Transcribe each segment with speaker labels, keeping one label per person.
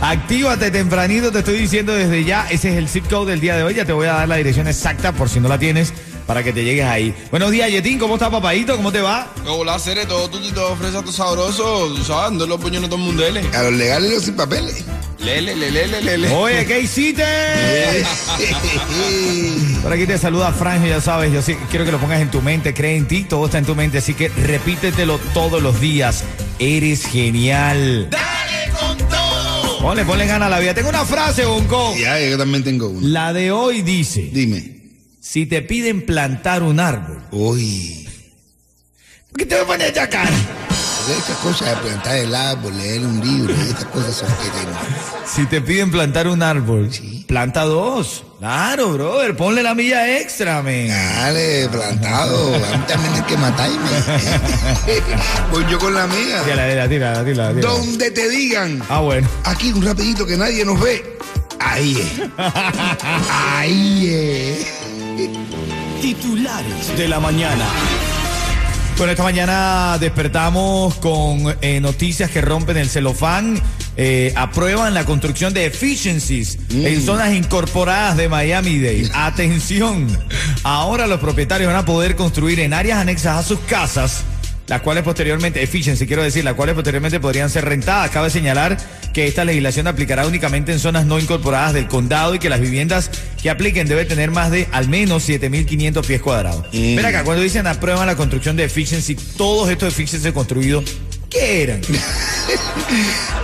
Speaker 1: Actívate tempranito, te estoy diciendo desde ya. Ese es el zip code del día de hoy. Ya te voy a dar la dirección exacta por si no la tienes para que te llegues ahí. Buenos días, Yetín. ¿Cómo estás, papadito? ¿Cómo te va?
Speaker 2: Hola, Cere, todo tuyo, todo fresa, todo sabroso, tú sabes, ando en los puños, no todo el mundo, lele,
Speaker 3: A los legales y los sin papeles.
Speaker 2: lele, lele, lele, lele.
Speaker 1: Oye, ¿qué hiciste? Por aquí te saluda Franjo, ya sabes. Yo sí, quiero que lo pongas en tu mente, cree en ti, todo está en tu mente. Así que repítetelo todos los días. Eres genial. ¡Dale con todo! Ponle, ponle ganas a la vida. Tengo una frase, Bonco.
Speaker 3: ya, yo también tengo uno.
Speaker 1: La de hoy dice:
Speaker 3: Dime.
Speaker 1: Si te piden plantar un árbol.
Speaker 3: Uy.
Speaker 1: ¿Qué te voy a poner a chacar?
Speaker 3: Estas cosas de plantar el árbol, leer un libro, y estas cosas son que tengo.
Speaker 1: Si te piden plantar un árbol, planta dos. Claro, brother, ponle la milla extra, men.
Speaker 3: Dale, plantado. A mí también hay que matarme. Voy yo con la mía.
Speaker 1: Tírala, tírala, tírala, tírala, tírala.
Speaker 3: Donde te digan,
Speaker 1: Ah, bueno.
Speaker 3: aquí un rapidito que nadie nos ve. Ahí es. Ahí es.
Speaker 4: Titulares de la mañana.
Speaker 1: Bueno, esta mañana despertamos con eh, noticias que rompen el celofán. Eh, aprueban la construcción de efficiencies en zonas incorporadas de Miami-Dade. Atención, ahora los propietarios van a poder construir en áreas anexas a sus casas. Las cuales posteriormente, efficiency quiero decir, las cuales posteriormente podrían ser rentadas. Cabe señalar que esta legislación aplicará únicamente en zonas no incorporadas del condado y que las viviendas que apliquen deben tener más de al menos 7.500 pies cuadrados. Ven acá, cuando dicen aprueban la construcción de efficiency, todos estos efficiency construidos, ¿qué eran?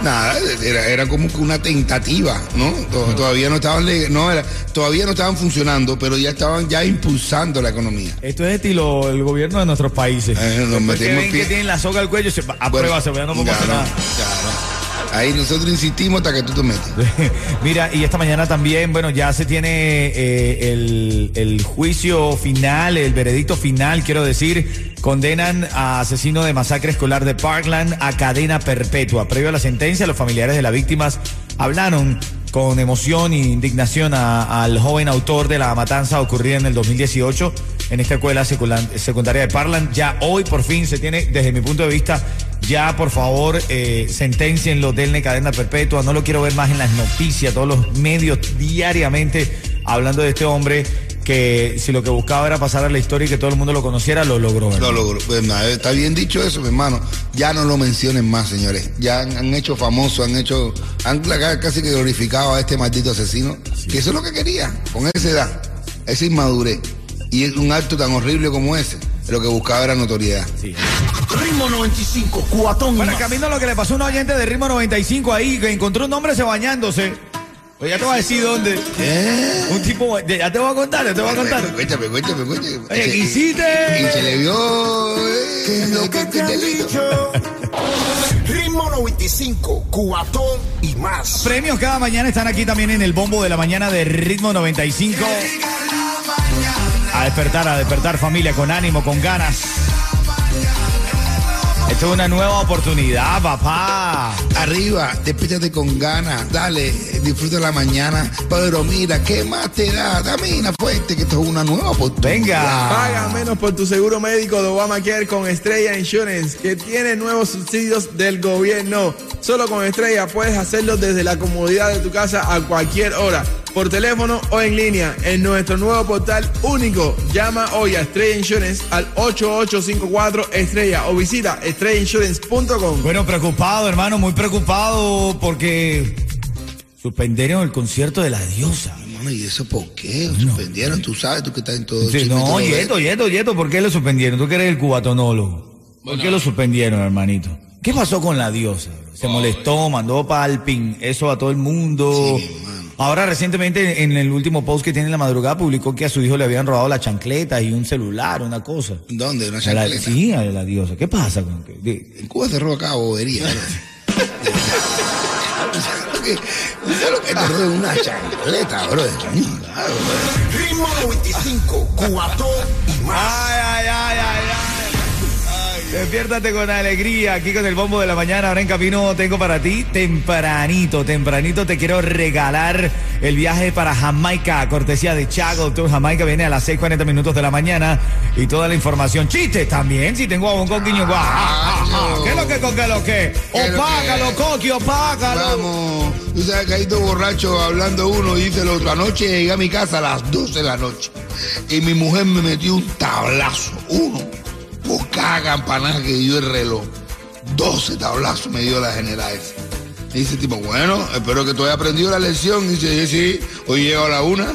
Speaker 3: Nada, era, era como que una tentativa, ¿no? To- Todavía no estaban leg- no, era- todavía no estaban funcionando, pero ya estaban ya impulsando la economía.
Speaker 1: Esto es estilo el gobierno de nuestros países.
Speaker 3: Eh, nos
Speaker 1: Después que
Speaker 3: metimos
Speaker 1: ven
Speaker 3: pie-
Speaker 1: que tienen la soga al cuello, se aprueba, se no podemos hacer
Speaker 3: claro,
Speaker 1: nada.
Speaker 3: claro. Ahí nosotros insistimos hasta que tú te metes.
Speaker 1: Mira, y esta mañana también, bueno, ya se tiene eh, el, el juicio final, el veredicto final, quiero decir, condenan a asesino de masacre escolar de Parkland a cadena perpetua. Previo a la sentencia, los familiares de las víctimas hablaron con emoción e indignación a- al joven autor de la matanza ocurrida en el 2018 en esta escuela seculan- secundaria de Parkland. Ya hoy por fin se tiene, desde mi punto de vista, ya, por favor, eh, sentencienlo, denle cadena perpetua. No lo quiero ver más en las noticias, todos los medios diariamente hablando de este hombre que si lo que buscaba era pasar a la historia y que todo el mundo lo conociera, lo logró. ¿verdad?
Speaker 3: Lo logró. Pues nada, está bien dicho eso, mi hermano. Ya no lo mencionen más, señores. Ya han, han hecho famoso, han hecho, han cla- casi que glorificado a este maldito asesino. Que eso es lo que quería, con esa edad, esa inmadurez. Y es un acto tan horrible como ese, lo que buscaba era notoriedad.
Speaker 4: Ritmo 95, cuatón y
Speaker 1: Bueno,
Speaker 4: más.
Speaker 1: camino a lo que le pasó a un oyente de Ritmo 95 ahí, que encontró un hombre se bañándose. Pues ya te voy a decir dónde. Un tipo, ba- ya te voy a contar, ya te voy a contar.
Speaker 3: Cuéntame, cuéntame, cuéntame.
Speaker 1: Oye, ¿qué
Speaker 3: Y-
Speaker 1: hiciste?
Speaker 3: Y se le vio. eh, delito.
Speaker 4: Ritmo 95, cuatón y más.
Speaker 1: Premios cada mañana están aquí también en el bombo de la mañana de Ritmo 95. A despertar, a despertar familia con ánimo, con ganas. Esto es una nueva oportunidad, papá.
Speaker 3: Arriba, despídete con ganas, dale, disfruta la mañana. Pero mira, ¿qué más te da? Dame una fuente, que esto es una nueva oportunidad.
Speaker 1: Venga.
Speaker 2: Paga menos por tu seguro médico de Obamacare con Estrella Insurance, que tiene nuevos subsidios del gobierno. Solo con Estrella puedes hacerlo desde la comodidad de tu casa a cualquier hora, por teléfono o en línea, en nuestro nuevo portal único. Llama hoy a Estrella Insurance al 8854 Estrella o visita estrellainsurance.com.
Speaker 1: Bueno, preocupado, hermano, muy preocupado porque suspendieron el concierto de la diosa.
Speaker 3: Hermano, ¿y eso por qué? Suspendieron, tú sabes, tú que estás en todo
Speaker 1: Sí,
Speaker 3: chisme, todo
Speaker 1: no, Yeto,
Speaker 3: esto.
Speaker 1: Yeto, Yeto, ¿por qué lo suspendieron? Tú que eres el cubatonólogo. ¿Por qué lo suspendieron, hermanito? ¿Qué pasó con la diosa? Se molestó, mandó palpin, eso a todo el mundo.
Speaker 3: Sí, hermano.
Speaker 1: Ahora recientemente en el último post que tiene en la madrugada publicó que a su hijo le habían robado la chancleta y un celular, una cosa.
Speaker 3: ¿Dónde? Una
Speaker 1: A la-
Speaker 3: chancleta.
Speaker 1: sí, a la diosa. ¿Qué pasa con que- de-
Speaker 3: En Cuba se roba cada bobería. ¿no? ¿Tú sabes lo que- tú sabes lo que te roba una chancleta, bro? Claro, bro.
Speaker 4: Ritmo 95, cuatón y más.
Speaker 1: Ay, ay, ay, ay, ay. Despiértate con alegría aquí con el bombo de la mañana. Ahora en camino tengo para ti tempranito, tempranito te quiero regalar el viaje para Jamaica, cortesía de Chago Tour Jamaica. Viene a las 6:40 minutos de la mañana y toda la información. Chistes también, si tengo a un coquiño. guau. Ah, ah, ah. ¿Qué es lo que con qué es lo que?
Speaker 3: ¿Qué es lo que?
Speaker 1: Opágalo, coqui, opágalo.
Speaker 3: Vamos, tú sabes que hay dos borrachos hablando uno y dice el otro. Anoche llegué a mi casa a las 12 de la noche y mi mujer me metió un tablazo. Uno, por cada campanada que dio el reloj. 12 tablazos me dio la general esa. Y dice el tipo, bueno, espero que tú hayas aprendido la lección. Y dice, sí, sí, hoy llego a la una.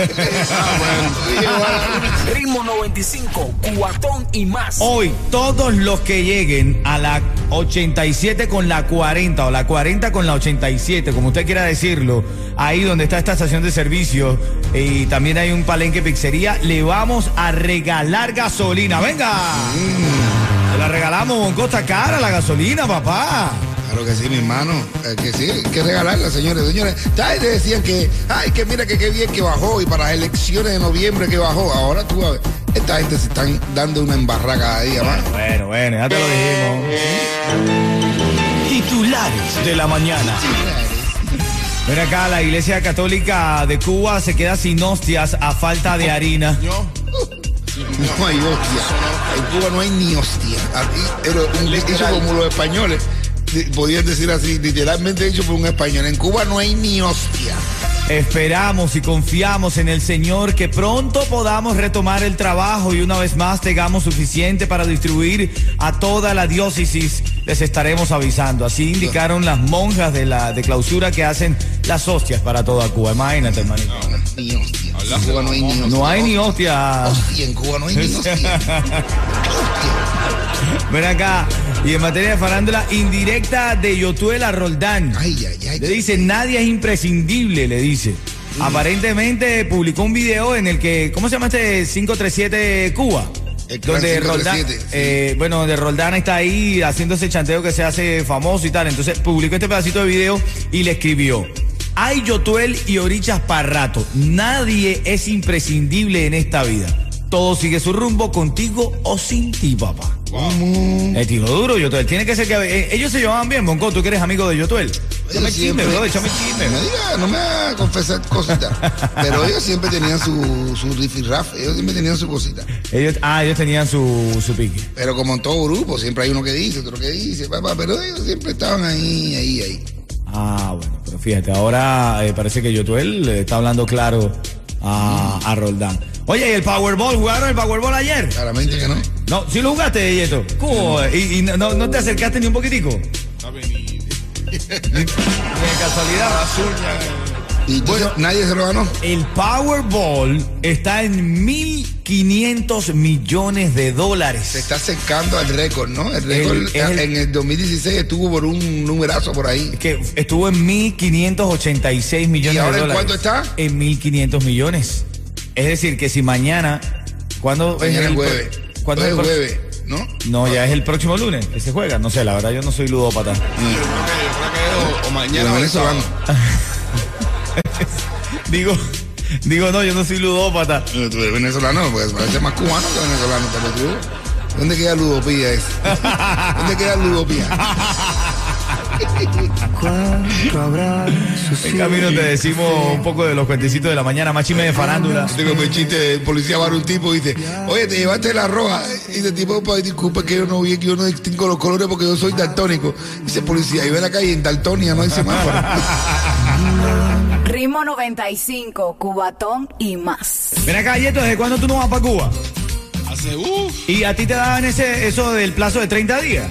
Speaker 3: Ah, bueno, hoy llego a la una.
Speaker 4: Ritmo 95, cuatón y más.
Speaker 1: Hoy todos los que lleguen a la 87 con la 40 o la 40 con la 87, como usted quiera decirlo, ahí donde está esta estación de servicio y también hay un palenque pizzería, le vamos a regalar gasolina. Venga,
Speaker 4: Mm.
Speaker 1: Se la regalamos costa cara la gasolina, papá.
Speaker 3: Claro que sí, mi hermano. Eh, que sí, hay que regalarla, señores. Señores, tal vez decían que, ay, que mira que qué bien que bajó y para las elecciones de noviembre que bajó. Ahora tú a ver, esta gente se están dando una embarrada cada día, más.
Speaker 1: Bueno, bueno, ya te lo dijimos.
Speaker 4: Titulares de la mañana.
Speaker 1: Ven acá, la Iglesia Católica de Cuba se queda sin hostias a falta de harina.
Speaker 3: No hay hostia. En Cuba no hay ni hostia. Aquí, pero un- hecho como los españoles. Di- Podían decir así, literalmente hecho por un español. En Cuba no hay ni hostia.
Speaker 1: Esperamos y confiamos en el Señor que pronto podamos retomar el trabajo y una vez más tengamos suficiente para distribuir a toda la diócesis. Les estaremos avisando. Así indicaron las monjas de la de clausura que hacen las hostias para toda Cuba. Imagínate, hermanito.
Speaker 3: Ni hostia. En Cuba no hay ni hostia.
Speaker 1: No hay ni hostia.
Speaker 3: Hostia, en Cuba no hay ni hostia. Hostia.
Speaker 1: Ven acá. Y en materia de farándula, indirecta de Yotuela Roldán.
Speaker 3: Ay, ay, ay.
Speaker 1: Le dice, nadie es imprescindible, le dice. Aparentemente publicó un video en el que, ¿cómo se llama este 537 Cuba?
Speaker 3: El Clan
Speaker 1: Donde Roldán,
Speaker 3: 537, sí.
Speaker 1: eh, bueno, donde Roldán está ahí haciendo ese chanteo que se hace famoso y tal. Entonces publicó este pedacito de video y le escribió. Hay Yotuel y Orichas para rato. Nadie es imprescindible en esta vida. Todo sigue su rumbo contigo o sin ti, papá. El tiro duro, Yotuel. Tiene que ser que. eh, ellos se llevaban bien, Moncó. Tú que eres amigo de Yotuel. Échame chisme,
Speaker 3: siempre-
Speaker 1: bro. Échame chisme.
Speaker 3: No diga, no me haga confesar cositas. Pero ellos siempre tenían su, su rifirraf, ellos siempre tenían su cosita.
Speaker 1: Ellos, ah, ellos tenían su, su pique.
Speaker 3: Pero como en todo grupo, siempre hay uno que dice, otro que dice, papá, pero ellos siempre estaban ahí, ahí, ahí.
Speaker 1: Ah, bueno, pero fíjate, ahora eh, parece que Yotuel le está hablando claro a, a Roldán. Oye, ¿y el Powerball? ¿Jugaron el Powerball ayer?
Speaker 3: Claramente que no.
Speaker 1: No, ¿sí lo jugaste, Yeto? ¿Cómo? ¿Y, y no, no- no te acercaste ni un poquitico? De casualidad.
Speaker 3: Y entonces, nadie se lo ganó.
Speaker 1: El Powerball está en 1.500 millones de
Speaker 3: Se
Speaker 1: dólares.
Speaker 3: está acercando al récord, ¿no? El récord
Speaker 1: El- el-
Speaker 3: en el 2016 estuvo por un numerazo por ahí.
Speaker 1: Que estuvo en 1.586 millones
Speaker 3: ¿Y ahora
Speaker 1: de
Speaker 3: en
Speaker 1: dólares.
Speaker 3: cuánto está?
Speaker 1: En 1.500 millones. Es decir, que si mañana... ¿Cuándo es
Speaker 3: Mañana es
Speaker 1: Pues el pro-
Speaker 3: jueves.
Speaker 1: ¿cuándo
Speaker 3: Hoy es
Speaker 1: el pro-
Speaker 3: jueves, ¿no?
Speaker 1: No, ya es el próximo lunes que se juega. No sé, la verdad yo no soy ludópata.
Speaker 2: Yo creo que- yo creo que o- o
Speaker 3: Los
Speaker 2: mañana o el sábado.
Speaker 3: venezolanos.
Speaker 1: Digo, Digo, no, yo no soy ludópata.
Speaker 3: Tú eres venezolano, pues parece más cubano que venezolano, pero tú. ¿Dónde queda ludopía eso? ¿Dónde queda ludopía?
Speaker 1: En camino te decimos un poco de los cuentecitos de la mañana, más chisme de farándula.
Speaker 3: Digo, me chiste, el policía va a un tipo y dice, oye, te llevaste la roja. Y el tipo, pues disculpa que yo no vi, que yo no distingo los colores porque yo soy daltónico. Dice, policía, y ven acá y en daltonia no hay semáforo.
Speaker 5: Ritmo 95, Cubatón y más.
Speaker 1: Ven acá, Yeto, ¿desde cuándo tú no vas para Cuba?
Speaker 6: Hace
Speaker 3: uh.
Speaker 6: uff.
Speaker 1: ¿Y a ti te daban ese, eso del plazo de 30 días?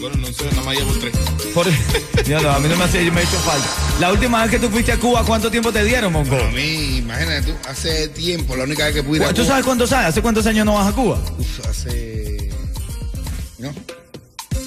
Speaker 6: Bueno, no sé, nada más llevo tres.
Speaker 1: Por... Ya no, a mí no me, hace, me ha hecho falta. La última vez que tú fuiste a Cuba, ¿cuánto tiempo te dieron, Mongo?
Speaker 3: A mí, imagínate tú, hace tiempo, la única vez que pude ir a
Speaker 1: ¿Tú
Speaker 3: Cuba,
Speaker 1: sabes cuántos años? ¿Hace cuántos años no vas a Cuba?
Speaker 3: uf, hace... ¿No?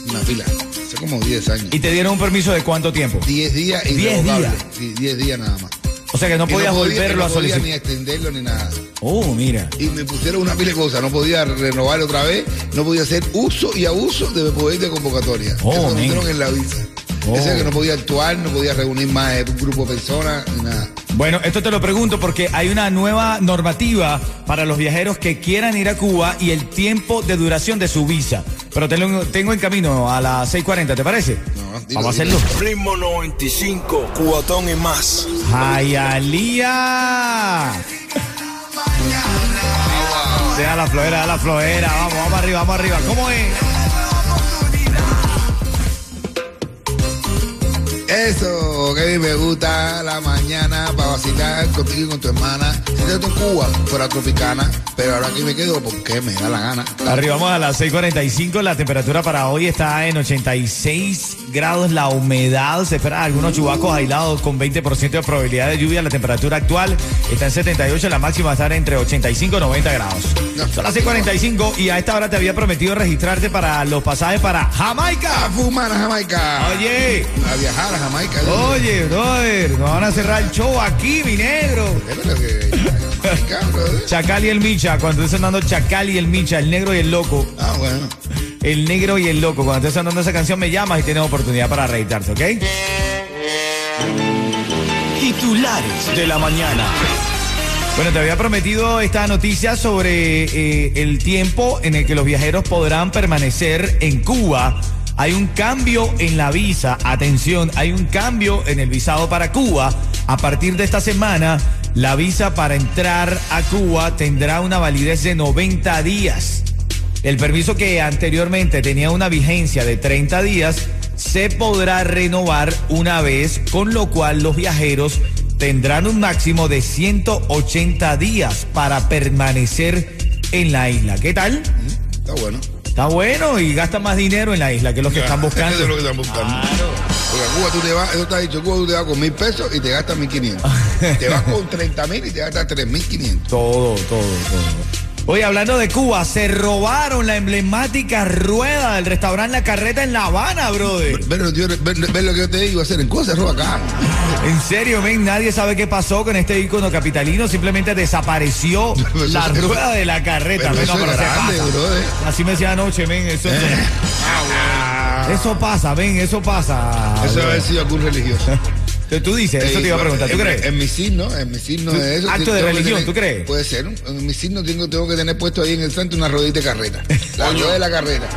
Speaker 3: Una fila. Hace como 10 años.
Speaker 1: ¿Y te dieron un permiso de cuánto tiempo?
Speaker 3: 10 días
Speaker 1: 10
Speaker 3: irrevocable.
Speaker 1: días.
Speaker 3: Sí, 10 días nada más.
Speaker 1: O sea que no
Speaker 3: Y
Speaker 1: podías
Speaker 3: podía-
Speaker 1: volverlo
Speaker 3: no
Speaker 1: a
Speaker 3: podía
Speaker 1: solicitar.
Speaker 3: ni extenderlo ni nada.
Speaker 1: Oh, mira.
Speaker 3: Y me pusieron una pila de cosas. No podía renovar otra vez. No podía hacer uso y abuso de poder de convocatoria.
Speaker 1: Oh,
Speaker 3: Eso me
Speaker 1: man.
Speaker 3: pusieron en la visa.
Speaker 1: Oh.
Speaker 3: Ese que no podía actuar, no podía reunir más de un grupo de personas ni nada.
Speaker 1: Bueno, esto te lo pregunto porque hay una nueva normativa para los viajeros que quieran ir a Cuba y el tiempo de duración de su visa. Pero te lo- tengo en camino a las 6.40, ¿te parece?
Speaker 3: No, dilo,
Speaker 1: Vamos a
Speaker 3: dilo.
Speaker 1: hacerlo.
Speaker 4: Ritmo 95, Cubatón y más.
Speaker 1: ¡Jayalía! Sea la florera, a la florera. Vamos, vamos arriba, vamos arriba. ¿Cómo es?
Speaker 3: Eso, que me gusta la mañana para vacilar contigo y con tu hermana. Si te en Cuba, fuera tropicana, pero ahora aquí me quedo porque me da la gana.
Speaker 1: Arribamos a las 6.45, la temperatura para hoy está en 86 grados, la humedad, se esperan algunos chubascos aislados con 20% de probabilidad de lluvia, la temperatura actual está en 78, la máxima va a estar entre 85 y 90 grados. Son las 6.45 y a esta hora te había prometido registrarte para los pasajes para
Speaker 3: A
Speaker 1: Jamaica.
Speaker 3: fumar a Jamaica.
Speaker 1: Oye,
Speaker 3: A viajar a Jamaica.
Speaker 1: oye, brother, nos van a cerrar el show aquí, mi negro.
Speaker 3: Es verdad que- ¿eh? Jamaica, brother.
Speaker 1: Chacal y el Micha, cuando estén sonando Chacal y el Micha, el negro y el loco.
Speaker 3: Ah, bueno.
Speaker 1: El negro y el loco. Cuando estés sonando esa canción, me llamas y tienes oportunidad para reeditarte, ¿ok?
Speaker 4: Titulares de la mañana.
Speaker 1: Bueno, te había prometido esta noticia sobre eh, el tiempo en el que los viajeros podrán permanecer en Cuba. Hay un cambio en la visa. Atención, hay un cambio en el visado para Cuba. A partir de esta semana, la visa para entrar a Cuba tendrá una validez de 90 días. El permiso que anteriormente tenía una vigencia de 30 días se podrá renovar una vez, con lo cual los viajeros tendrán un máximo de 180 días para permanecer en la isla. ¿Qué tal?
Speaker 3: Está bueno.
Speaker 1: Está bueno y gastan más dinero en la isla que los que están
Speaker 3: Eso
Speaker 1: buscando.
Speaker 3: es lo que están buscando. Porque a Cuba tú te vas, eso está dicho, Cuba tú te vas con mil pesos y te gastas mil quinientos. te vas con treinta mil y te gastas tres mil quinientos.
Speaker 1: Todo, todo, todo. Oye, hablando de Cuba, se robaron la emblemática rueda del restaurante La Carreta en La Habana, brother.
Speaker 3: Ven, lo que yo- ven- ven lo que yo te digo hacer en Cuba se roba acá.
Speaker 1: En serio, men, nadie sabe qué pasó con este ícono capitalino. Simplemente desapareció
Speaker 3: Pero eso
Speaker 1: la
Speaker 3: es-
Speaker 1: rueda de la carreta.
Speaker 3: pero
Speaker 1: men, no,
Speaker 3: eso es
Speaker 1: pero se
Speaker 3: grande, Eh.
Speaker 1: pasa.
Speaker 3: brother.
Speaker 1: Así me decía anoche, men. Eso, eso pasa, ven, eso pasa.
Speaker 3: Eso debe haber sido algún religioso.
Speaker 1: Tú- Tú dices, eso te iba a preguntar. ¿Tú
Speaker 3: en,
Speaker 1: crees?
Speaker 3: En mi signo, en mi signo de eso.
Speaker 1: Acto de
Speaker 3: tengo que
Speaker 1: religión,
Speaker 3: tener-
Speaker 1: ¿tú crees?
Speaker 3: Puede ser. ¿no? En mi signo tengo, tengo que tener puesto ahí en el santo una rodita de carreta. La rueda de la carreta.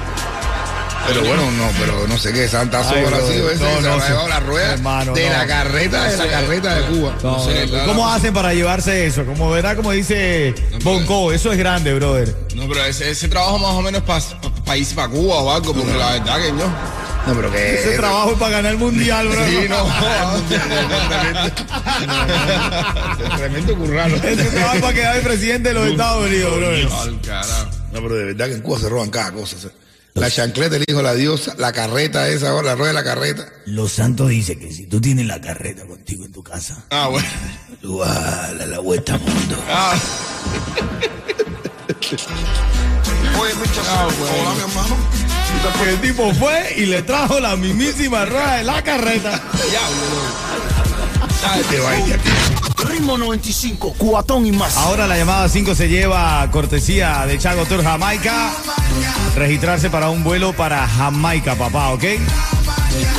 Speaker 3: Pero bueno, no, pero no sé qué santa
Speaker 1: Ay,
Speaker 3: sobra ha
Speaker 1: brother,
Speaker 3: sido ese.
Speaker 1: no,
Speaker 3: se
Speaker 1: no
Speaker 3: la
Speaker 1: sé.
Speaker 3: ha llevado la rueda
Speaker 1: Hermano,
Speaker 3: de
Speaker 1: no.
Speaker 3: la carreta, de la carreta de Cuba.
Speaker 1: No,
Speaker 3: No sé,
Speaker 1: no,
Speaker 3: la-
Speaker 1: ¿Cómo hacen para llevarse eso? Como verá, como dice Bonco, eso es grande, brother.
Speaker 6: No, pero ese, ese trabajo más o menos para país para Cuba o algo, porque la verdad que yo.
Speaker 3: No, pero que.
Speaker 1: Ese trabajo es para ganar el mundial, brother.
Speaker 6: Sí,
Speaker 3: Tremendo, tremendo curralo.
Speaker 1: Ese trabajo es para quedar el presidente de los Estados Unidos, brother.
Speaker 6: Al carajo.
Speaker 3: No, pero de verdad que en Cuba se roban cada cosa. o sea. La chancleta el hijo de la diosa, la carreta esa, ahora, la rueda de la carreta.
Speaker 7: Los Santos dice que si tú tienes la carreta contigo en tu casa,
Speaker 6: Ah, bueno.
Speaker 7: tú vas a darle la vuelta al mundo.
Speaker 6: Ah,
Speaker 1: Ah, Que el tipo fue y le trajo la mismísima rueda de la carreta.
Speaker 3: Te va a ir de aquí.
Speaker 4: Ritmo 95, Cubatón y más.
Speaker 1: Ahora la llamada 5 se lleva cortesía de Chago Tour Jamaica. Registrarse para un vuelo para Jamaica, papá, ¿ok?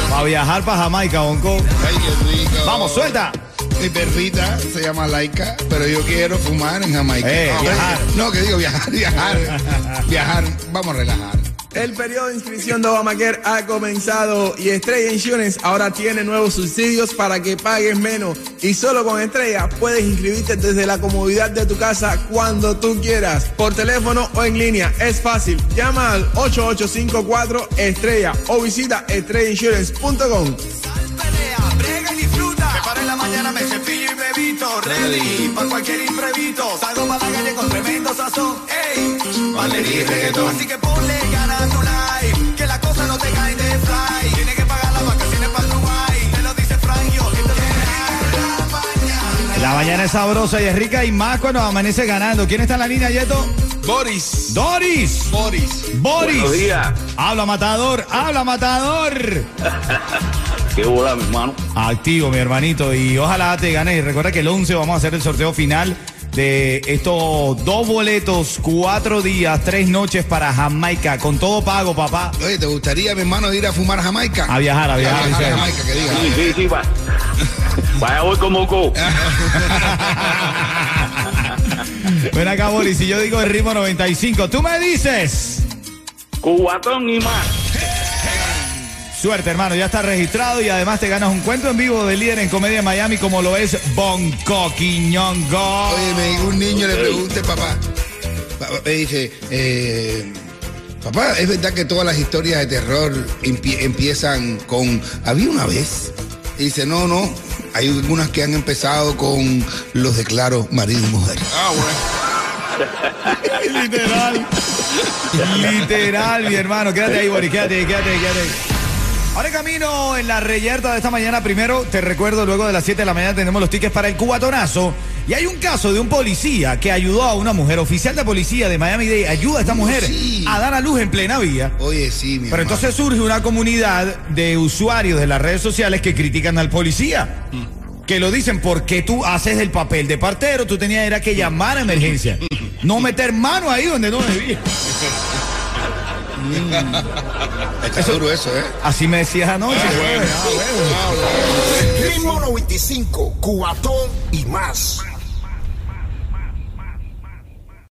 Speaker 1: Para viajar para Jamaica, Bonco.
Speaker 3: Ay, qué rico.
Speaker 1: Vamos, suelta.
Speaker 3: Eh, mi perrita se llama Laika, pero yo quiero fumar en Jamaica.
Speaker 1: Eh,
Speaker 3: Ah,
Speaker 1: viajar.
Speaker 3: No, que digo viajar, viajar, viajar. Vamos a relajar.
Speaker 2: El periodo de inscripción de Obamacare ha comenzado y Estrella Insurance ahora tiene nuevos subsidios para que pagues menos. Y solo con Estrella puedes inscribirte desde la comodidad de tu casa cuando tú quieras, por teléfono o en línea. Es fácil. Llama al 8854 Estrella o visita estrellainsurance.com.
Speaker 8: Sal, pelea, brega y disfruta. Me paro en la mañana, me cepillo y me visto. Ready, para cualquier imprevisto. Salgo para la calle con tremendo sazón. ¡Ey! Valeria y reggaetón. Así que ponle ganas a tu life. Que la cosa no te cae de fly. Tienes que pagar las vacaciones para Dubai. Te lo dice Frangio. que te la mañana.
Speaker 1: La mañana es sabrosa y es rica y más cuando amanece ganando. ¿Quién está en la línea, Yeto?
Speaker 6: Boris.
Speaker 1: ¡Doris!
Speaker 6: Boris.
Speaker 1: ¡Boris!
Speaker 9: Buenos días.
Speaker 1: ¡Habla matador! ¡Habla matador!
Speaker 9: ¿Qué bola, mi hermano?
Speaker 1: Activo, mi hermanito, y ojalá te ganes. Y recuerda que el 11 vamos a hacer el sorteo final de estos dos boletos, cuatro días, tres noches para Jamaica, con todo pago, papá.
Speaker 3: Oye, ¿te gustaría, mi hermano, ir a fumar a Jamaica?
Speaker 1: A Ah, viajar, a viajar.
Speaker 3: A
Speaker 1: dice.
Speaker 3: Jamaica, que diga.
Speaker 9: Sí, sí, sí, va. Vaya hoy como co.
Speaker 3: Dạ.
Speaker 1: Ven acá, Boris, si yo digo el ritmo 95, tú me dices.
Speaker 9: Cubatón y más.
Speaker 1: Suerte, hermano, ya está registrado y además te ganas un cuento en vivo de líder en comedia en Miami como lo es Bonco Quiñongo.
Speaker 3: Oye, me- un niño le pregunte, papá. papá, Me dice, eh, papá, ¿es verdad que todas las historias de terror empie- empiezan con había una vez? Y dice, no, no. Hay algunas que han empezado con los declaro marido y mujer.
Speaker 6: Ah, bueno.
Speaker 1: Literal. Literal, mi hermano. Quédate ahí, Boris. Quédate ahí, quédate ahí, quédate ahí. Ahora en camino en la reyerta de esta mañana. Primero, te recuerdo, luego de las 7 de la mañana tenemos los tickets para el cubatonazo. Y hay un caso de un policía que ayudó a una mujer, oficial de policía de Miami-Dade, ayuda a esta mujer
Speaker 3: sí.
Speaker 1: a dar a luz en plena vía.
Speaker 3: Oye, sí, mi
Speaker 1: Pero
Speaker 3: hermano.
Speaker 1: entonces surge una comunidad de usuarios de las redes sociales que critican al policía. Que lo dicen, ¿por qué tú haces el papel de partero? Tú tenías era que llamar a emergencia. No meter mano ahí donde no debía.
Speaker 3: Está duro eso, ¿eh?
Speaker 1: Así me decías anoche. Ah,
Speaker 4: Ritmo 95, cuatón y más.